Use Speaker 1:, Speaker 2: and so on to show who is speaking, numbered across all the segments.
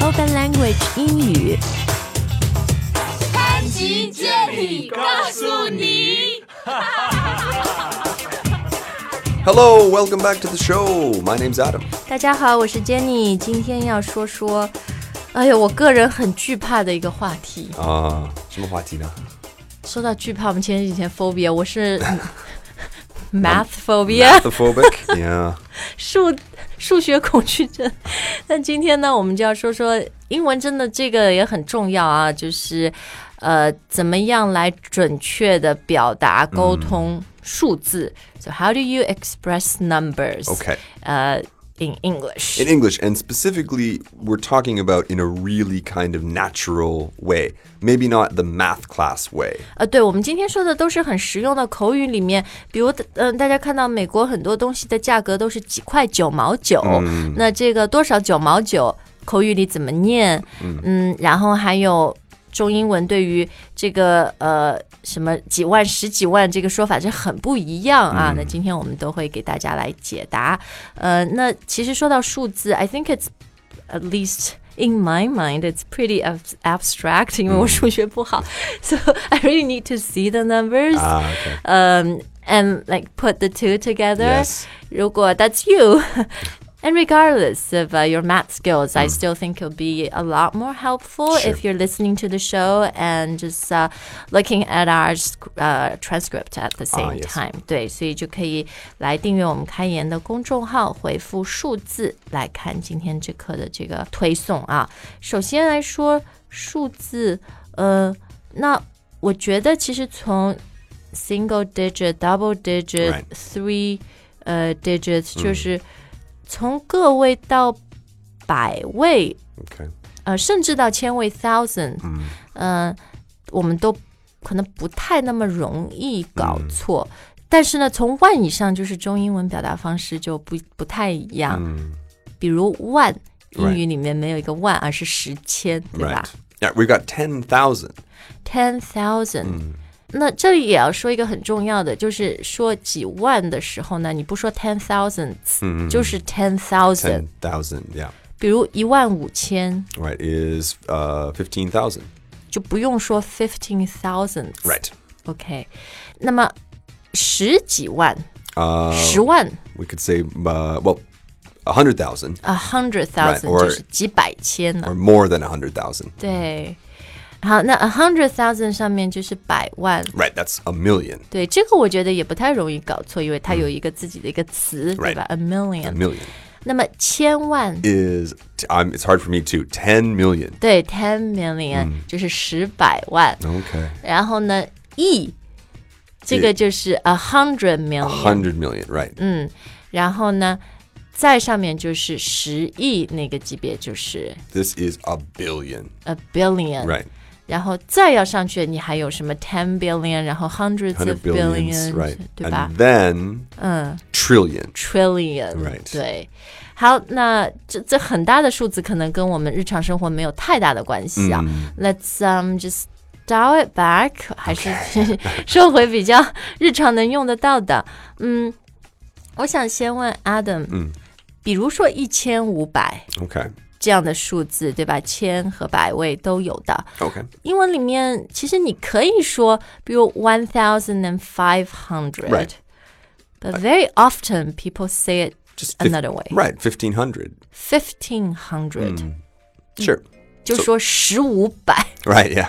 Speaker 1: Open Language 英语。
Speaker 2: 潘吉接力告诉你。
Speaker 3: Hello, welcome back to the show. My name's Adam.
Speaker 1: 大家好，我是 Jenny，今天要说说，哎呦，我个人很惧怕的一个话题。
Speaker 3: 啊，什么话题呢
Speaker 1: 说到惧怕，我们前几天 phobia，我是 math phobia，
Speaker 3: ？Phobic. yeah.
Speaker 1: 数数学恐惧症。那今天呢，我们就要说说英文，真的这个也很重要啊，就是呃，怎么样来准确的表达沟通数字。So how do you express numbers？
Speaker 3: Okay.
Speaker 1: 呃、i n English。
Speaker 3: In English, and specifically, we're talking about in a really kind of natural way. Maybe not the math class way.
Speaker 1: 呃，对，我们今天说的都是很实用的口语里面，比如，嗯、大家看到美国很多东西的价格都是几块九毛九、那这个多少九毛九，口语里怎么念？嗯然后还有中英文对于这个呃什么几万、十几万这个说法是很不一样啊、那今天我们都会给大家来解答。呃，那其实说到数字，I think it's at least in my mind, it's pretty ab abstract 因为我数学不好 So I really need to see the numbers
Speaker 3: Mm. Ah, okay.
Speaker 1: um, and like put the two together.
Speaker 3: Yes.
Speaker 1: 如果 that's you. And regardless of uh, your math skills, I still think it'll be a lot more helpful
Speaker 3: Mm. Sure.
Speaker 1: if you're listening to the show and just uh, looking at our sc- uh, transcript at the same
Speaker 3: Ah, yes.
Speaker 1: time. 对，所以就可以来订阅我们开言的公众号，回复数字来看今天这课的这个推送啊。首先来说数字，呃，那我觉得其实从 single digit, double digit,
Speaker 3: Right. 嗯
Speaker 1: three 呃 digits，、就是从个位到百位，
Speaker 3: Okay.
Speaker 1: 呃，甚至到千位 thousand，
Speaker 3: 嗯
Speaker 1: 呃，我们都可能不太那么容易搞错。
Speaker 3: 嗯
Speaker 1: 但是呢，从万以上就是中英文表达方式就不不太一样。
Speaker 3: Mm,
Speaker 1: 比如万，英
Speaker 3: Right
Speaker 1: 语里面没有一个万，而是十千，对吧
Speaker 3: right. Yeah, we've got 10,000.
Speaker 1: ？ten thousand，、那这里也要说一个很重要的，就是说几万的时候呢，你不说 ten thousands，、就是
Speaker 3: 嗯
Speaker 1: ten thousand。
Speaker 3: 10,000, yeah.
Speaker 1: 比如一万五千，
Speaker 3: Right, is uh, 15,000.
Speaker 1: 就不用说 fifteen thousand。
Speaker 3: Right.
Speaker 1: OK，那么十几万、
Speaker 3: Uh,
Speaker 1: 十万
Speaker 3: we could say, uh, well, 100,000
Speaker 1: 啊，hundred
Speaker 3: Right,
Speaker 1: thousand
Speaker 3: or-
Speaker 1: 就是几百千了
Speaker 3: or。more than 100,000.
Speaker 1: 对，好，那 a hundred thousand 上面就是百万。
Speaker 3: Right, that's a million.
Speaker 1: 对，这个我觉得也不太容易搞错，因为它有一个自己的一个词，对
Speaker 3: 嗯 Right
Speaker 1: 吧？a
Speaker 3: A
Speaker 1: million。
Speaker 3: million.
Speaker 1: 那么千万，
Speaker 3: is t- I'm, it's hard for me to 10 million
Speaker 1: 对，ten million
Speaker 3: 嗯
Speaker 1: 就是十百万。
Speaker 3: okay
Speaker 1: 然后呢，亿，这个就是 a hundred million。
Speaker 3: 100 million right
Speaker 1: Mm. 然后呢，再上面就是十亿那个级别，就是
Speaker 3: this is a billion
Speaker 1: a billion。
Speaker 3: right
Speaker 1: 然后再要上去，你还有什么 ten billion，然后 hundreds of
Speaker 3: Hundred billions
Speaker 1: billions，
Speaker 3: right
Speaker 1: 对吧
Speaker 3: and then
Speaker 1: Uh.
Speaker 3: trillion
Speaker 1: ？trillion。
Speaker 3: Right
Speaker 1: 对。好，那这这很大的数字可能跟我们日常生活没有太大的关系啊。Let's um just dial it back，还是 说回比较日常能用得到的。嗯，我想先问 Adam，嗯，比如说一千五百，
Speaker 3: okay
Speaker 1: 这样的数字，对吧？千和百位都有的。
Speaker 3: okay
Speaker 1: 英文里面其实你可以说，比如 one thousand and five
Speaker 3: Right.
Speaker 1: hundred，but very often people say it
Speaker 3: just fif-
Speaker 1: another way
Speaker 3: right 1500
Speaker 1: fifteen hundred，Mm.
Speaker 3: sure
Speaker 1: 就说十五百。
Speaker 3: right yeah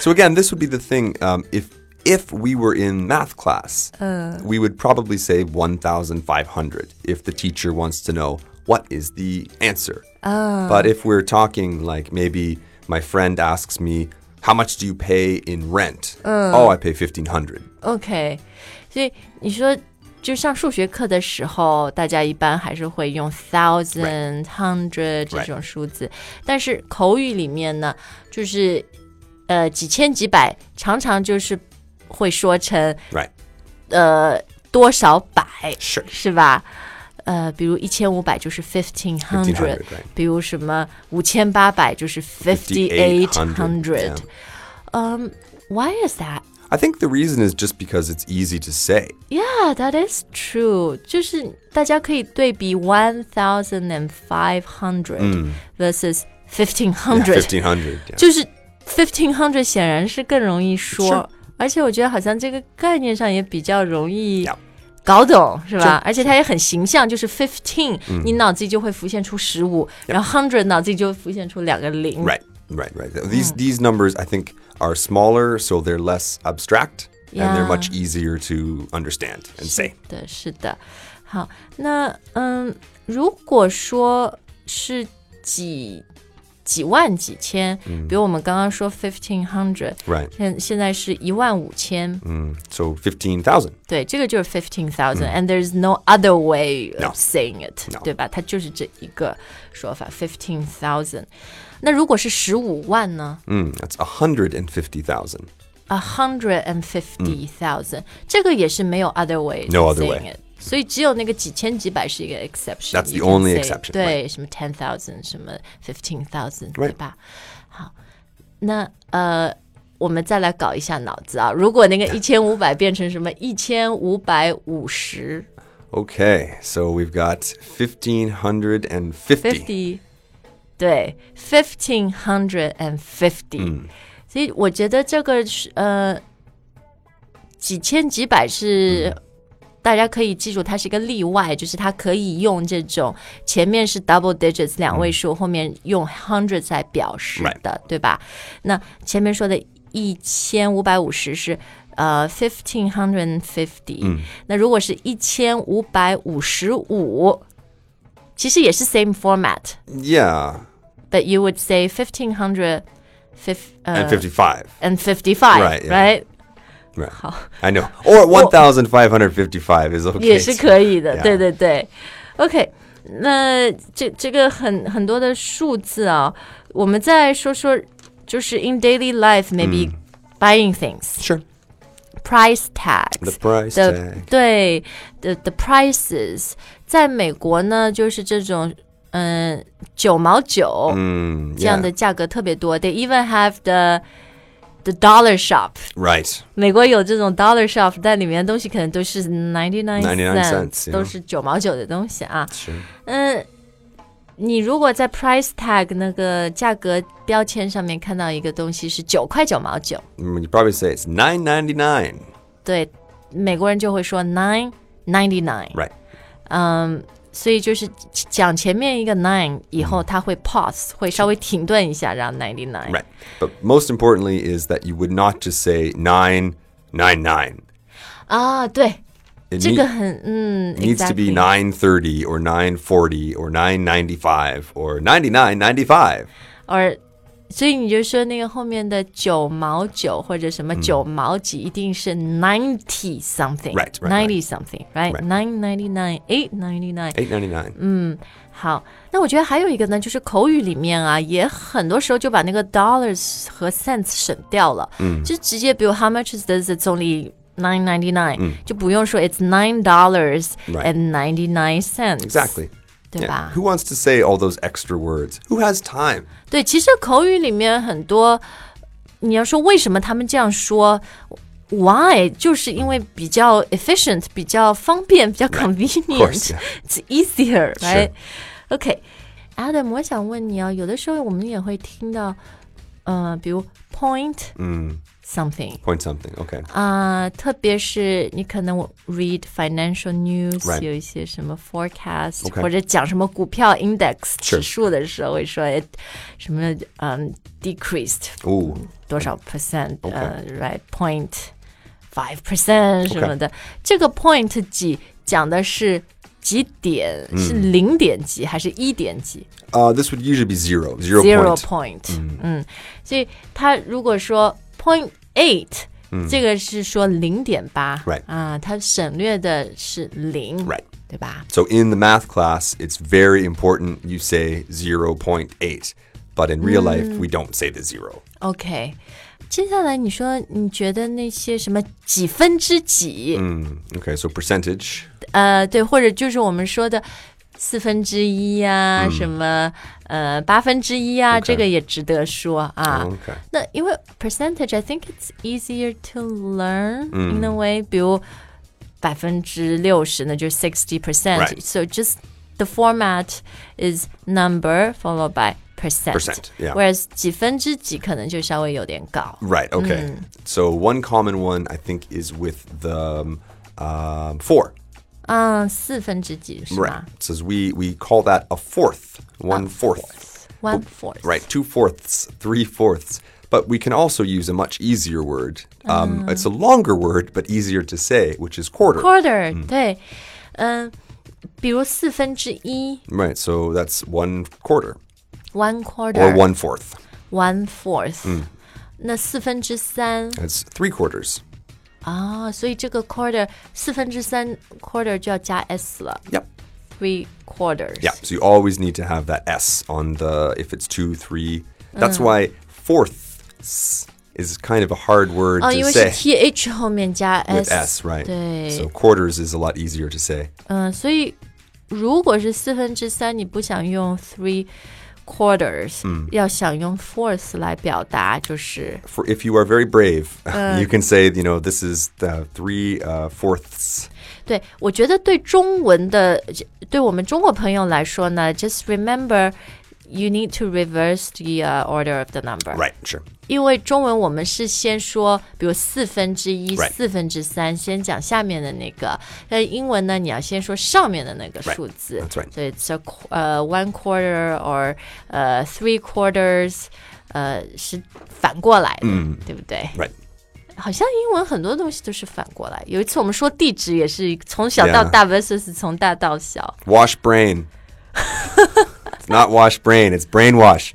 Speaker 3: so again this would be the thing um, if if we were in math class
Speaker 1: Uh.
Speaker 3: we would probably say 1500 if the teacher wants to know what is the answer
Speaker 1: Oh.
Speaker 3: But if we're talking like maybe my friend asks me, how much do you pay in rent? oh, I pay fifteen hundred.
Speaker 1: OK，所以你说。就上数学课的时候，大家一般还是会用 thousand、hundred 这种数字但是口语里面呢，就是呃几千几百，常常就是会说成
Speaker 3: Right.
Speaker 1: 呃多少百，
Speaker 3: Sure.
Speaker 1: 是吧？呃，比如一千五百就是 fifteen
Speaker 3: $1,500，
Speaker 1: hundred，
Speaker 3: right
Speaker 1: 比如什么五千八百就是 fifty eight hundred
Speaker 3: $5,800。。
Speaker 1: Why is that?
Speaker 3: I think the reason is just because it's easy to say.
Speaker 1: Yeah, that is true. 嗯就是大家可以对比 one thousand and five hundred versus fifteen
Speaker 3: Yeah,
Speaker 1: hundred，
Speaker 3: fifteen hundred. Yeah.
Speaker 1: 就是 fifteen hundred 显然是更容易说，
Speaker 3: 是
Speaker 1: 而且我觉得好像这个概念上也比较容易
Speaker 3: Yeah
Speaker 1: 搞懂，是吧？而且它也很形象，就是 fifteen，、你脑子里就会浮现出十五，然后 hundred 脑子里就会浮现出两个零。
Speaker 3: Right, right, right. These these numbers I think are smaller, so they're less abstract and
Speaker 1: Yeah.
Speaker 3: they're much easier to understand and say.
Speaker 1: 的，是的。好，那嗯，如果说是几几万几千，比如我们刚刚说 fifteen hundred，
Speaker 3: Right.
Speaker 1: 现现在是一万五千，
Speaker 3: Mm, so fifteen thousand.
Speaker 1: 对，这个就是 fifteen thousand，and there's no other way
Speaker 3: 嗯 No.
Speaker 1: of saying it，、
Speaker 3: No.
Speaker 1: 对吧？它就是这一个说法 fifteen thousand。那如果是十五万呢
Speaker 3: Mm, that's hundred and fifty thousand.
Speaker 1: ？A hundred and fifty thousand，、这个也是没有 other way
Speaker 3: 嗯 No
Speaker 1: of
Speaker 3: other way.
Speaker 1: saying it 所以只有那个几千几百是一个 exception。
Speaker 3: That's the
Speaker 1: you can
Speaker 3: only
Speaker 1: say-
Speaker 3: exception,
Speaker 1: 对，什么 ten thousand，什么 fifteen thousand，对
Speaker 3: Right.
Speaker 1: 吧？好，那呃。我们再来搞一下脑子啊！如果那个一千五百变成什么一千五百五十
Speaker 3: Okay, so we've got fifteen hundred and fifty.
Speaker 1: fifty，对，fifteen hundred and fifty。所以我觉得这个是呃几千几百是。大家可以记住，它是一个例外，就是它可以用这种前面是 double digits 两位数，后面用 hundreds 来表示的对吧？那前面说的一千五百五十是呃 fifteen hundred fifty，、那如果是一千五百五十五，其实也是 same format，but
Speaker 3: Yeah,
Speaker 1: you would say fifteen hundred fif
Speaker 3: and
Speaker 1: 呃
Speaker 3: fifty-five.
Speaker 1: and fifty five
Speaker 3: Right, yeah.
Speaker 1: right
Speaker 3: Right. I know. Or one thousand five hundred fifty-five is okay.
Speaker 1: 也是
Speaker 3: too.
Speaker 1: 可以的，
Speaker 3: Yeah.
Speaker 1: 对对对，OK。那这这个很很多的数字啊，我们再说说，就是 in daily life maybe、buying
Speaker 3: Hmm.
Speaker 1: things
Speaker 3: Sure.
Speaker 1: price tags
Speaker 3: The price
Speaker 1: the-
Speaker 3: tag.
Speaker 1: 对，the the prices，在美国呢，就是这种嗯九毛九
Speaker 3: Mm,
Speaker 1: 这样
Speaker 3: yeah.
Speaker 1: 的价格特别多。They even have the the dollar shop，
Speaker 3: Right.
Speaker 1: 美国有这种 dollar shop，但里面的东西可能都是 ninety nine
Speaker 3: $0.99 cents，嗯
Speaker 1: 都是九毛九的东西啊。
Speaker 3: Sure.
Speaker 1: 嗯，你如果在 price tag 那个价格标签上面看到一个东西是九块九毛九，
Speaker 3: Mm, You probably say it's nine ninety-nine.
Speaker 1: 对，美国人就会说 nine ninety nine。
Speaker 3: Right.
Speaker 1: 嗯，所以就是讲前面一个 nine 以后，它会 pause，会稍微停顿一下，然后 ninety nine。
Speaker 3: 嗯 Right. But most importantly is that you would not just say 999.
Speaker 1: 啊，对，
Speaker 3: It
Speaker 1: 这
Speaker 3: nee-
Speaker 1: 个很嗯
Speaker 3: needs to be
Speaker 1: exactly
Speaker 3: 930 or 940 or 995 or 99.95.
Speaker 1: 而所以你就说那个后面的九毛九或者什么九毛几，一定是 ninety
Speaker 3: Right, right,
Speaker 1: something，ninety something，right
Speaker 3: Right.
Speaker 1: nine ninety nine，eight ninety nine。
Speaker 3: 899.
Speaker 1: 好，那我觉得还有一个呢，就是口语里面啊，也很多时候就把那个 dollars 和 cents 省掉了，嗯，就直接比如 how much is this？it's only nine ninety nine，、就不用说 it's nine dollars
Speaker 3: Right.
Speaker 1: and ninety nine cents，
Speaker 3: Exactly.
Speaker 1: 对
Speaker 3: Yeah.
Speaker 1: 吧
Speaker 3: Who wants to say all those extra words? Who has time?
Speaker 1: 对，其实口语里面很多，你要说为什么他们这样说，why，就是因为比较 efficient，比较方便，比较
Speaker 3: course, yeah.
Speaker 1: convenient，it's easier，right？OK，Adam，我想问你啊，有的时候我们也会听到，呃，比如 point
Speaker 3: 嗯
Speaker 1: something。
Speaker 3: Point something. Okay.
Speaker 1: 啊、特别是你可能 read financial news，、
Speaker 3: Right.
Speaker 1: 有一些什么 forecast，、
Speaker 3: Okay.
Speaker 1: 或者讲什么股票 index
Speaker 3: 是
Speaker 1: 指数的时候，会说 it 什么嗯、decreased
Speaker 3: Ooh.
Speaker 1: 多少 percent，、呃，right point five percent 什么的这个 point 几讲的是几点？
Speaker 3: 嗯
Speaker 1: 是零点几还是一点几
Speaker 3: Uh, this would usually be zero. Zero,
Speaker 1: zero
Speaker 3: point.
Speaker 1: point？嗯，所以他如果说 point eight，、这个是说零点八
Speaker 3: Right
Speaker 1: 啊，它省略的是零
Speaker 3: Right.
Speaker 1: 对吧？
Speaker 3: So in the math class, it's very important you say 0.8. But in real life, we don't say the zero.
Speaker 1: OK，接下来你说你觉得那些什么几分之几，
Speaker 3: Okay, so percentage.
Speaker 1: 呃，对，或者就是我们说的四分之一呀，什么呃八分之一啊
Speaker 3: OK
Speaker 1: 这个也值得说啊。
Speaker 3: Okay.
Speaker 1: 那因为 percentage，I think it's easier to learn in a way，、比如百分之六十，那就是 sixty percent。
Speaker 3: Right.
Speaker 1: So just the format is number followed by percent.
Speaker 3: Percent, yeah.
Speaker 1: Whereas 几分之几可能就稍微有点高。
Speaker 3: Right. Okay. So one common one I think is with the um, um, four.
Speaker 1: 嗯，四分之几是
Speaker 3: Right.
Speaker 1: 吗
Speaker 3: It says we we call that a fourth, one fourth.
Speaker 1: ？One fourth.
Speaker 3: Right. Two fourths, three fourths. But we can also use a much easier word. Um, It's a longer word, but easier to say, which is quarter.
Speaker 1: Quarter，、对，嗯、比如四分之一
Speaker 3: right. So that's one quarter
Speaker 1: ，one
Speaker 3: or
Speaker 1: quarter，
Speaker 3: one 嗯 fourth.
Speaker 1: one fourth，、那四分之三
Speaker 3: That's three quarters.
Speaker 1: 啊、所以这个 quarter 四分之三 quarter 就要加 s 了
Speaker 3: Yep.
Speaker 1: ，three quarters。
Speaker 3: Yeah. So you always need to have that S on the if it's two, three. That's why fourths is kind of a hard word
Speaker 1: 哦，
Speaker 3: to
Speaker 1: 因为是
Speaker 3: say
Speaker 1: t h 后面加
Speaker 3: with
Speaker 1: s，,
Speaker 3: S, right?
Speaker 1: 对，
Speaker 3: So quarters is a lot easier to say.
Speaker 1: 嗯、所以如果是四分之三，你不想用 three quarters，、要
Speaker 3: 嗯
Speaker 1: 想用 fourth 来表达，就是。
Speaker 3: For if you are very brave, you can say you know this is the three uh, fourths.
Speaker 1: 对，我觉得对中文的，对我们中国朋友来说呢，just remember you need to reverse the、uh, order of the number。
Speaker 3: Right. Sure.
Speaker 1: 因为中文我们是先说，比如四分之一、
Speaker 3: Right.
Speaker 1: 四分之三，先讲下面的那个。但英文呢，你要先说上面的那个数字。
Speaker 3: That's right.
Speaker 1: 所以 it's a qu- 呃、one quarter or 呃、three quarters，呃是反过来的，
Speaker 3: 嗯
Speaker 1: 对不对？
Speaker 3: Right.
Speaker 1: 好像英文很多东西都是反过来。有一次我们说地址也是从小到
Speaker 3: Yeah.
Speaker 1: 大 versus 从大到小。
Speaker 3: Wash brain. it's not wash brain. It's brainwash.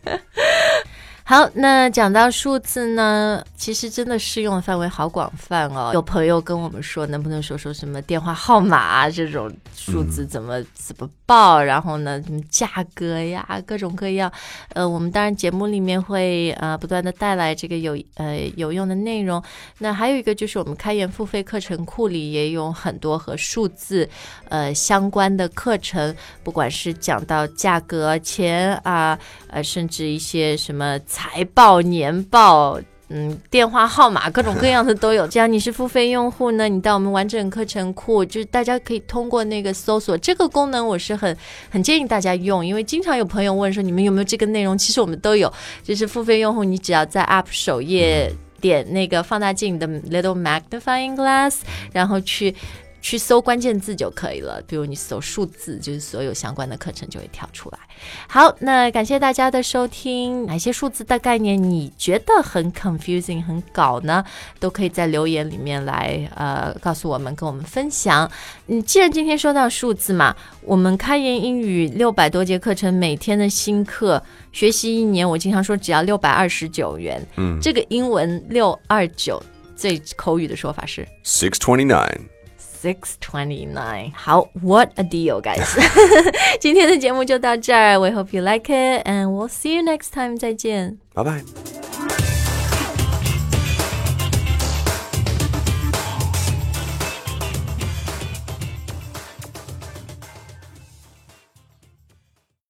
Speaker 1: 好，那讲到数字呢，其实真的适用的范围好广泛哦。有朋友跟我们说，能不能说说什么电话号码啊这种数字怎么、怎么报，然后呢，什么价格呀，各种各样。呃，我们当然节目里面会呃不断的带来这个有呃有用的内容。那还有一个就是我们开源付费课程库里也有很多和数字呃相关的课程，不管是讲到价格、钱啊，呃，甚至一些什么财报、年报。嗯，电话号码各种各样的都有。只要你是付费用户呢，你到我们完整课程库，就是大家可以通过那个搜索这个功能，我是很很建议大家用，因为经常有朋友问说你们有没有这个内容，其实我们都有。就是付费用户，你只要在 App 首页点那个放大镜的 little magnifying glass，然后去去搜关键字就可以了。比如你搜数字，就是所有相关的课程就会跳出来。好，那感谢大家的收听。哪些数字的概念你觉得很 confusing、很搞呢？都可以在留言里面来呃告诉我们，跟我们分享。嗯，既然今天说到数字嘛，我们开言英语六百多节课程，每天的新课学习一年，我经常说只要六百二十九元。嗯，这个英文六二九最口语的说法是
Speaker 3: Six twenty nine.
Speaker 1: six twenty nine。好，what a deal, guys！今天的节目就到这儿，we hope you like it and we'll see you next time。再见。
Speaker 3: Bye bye.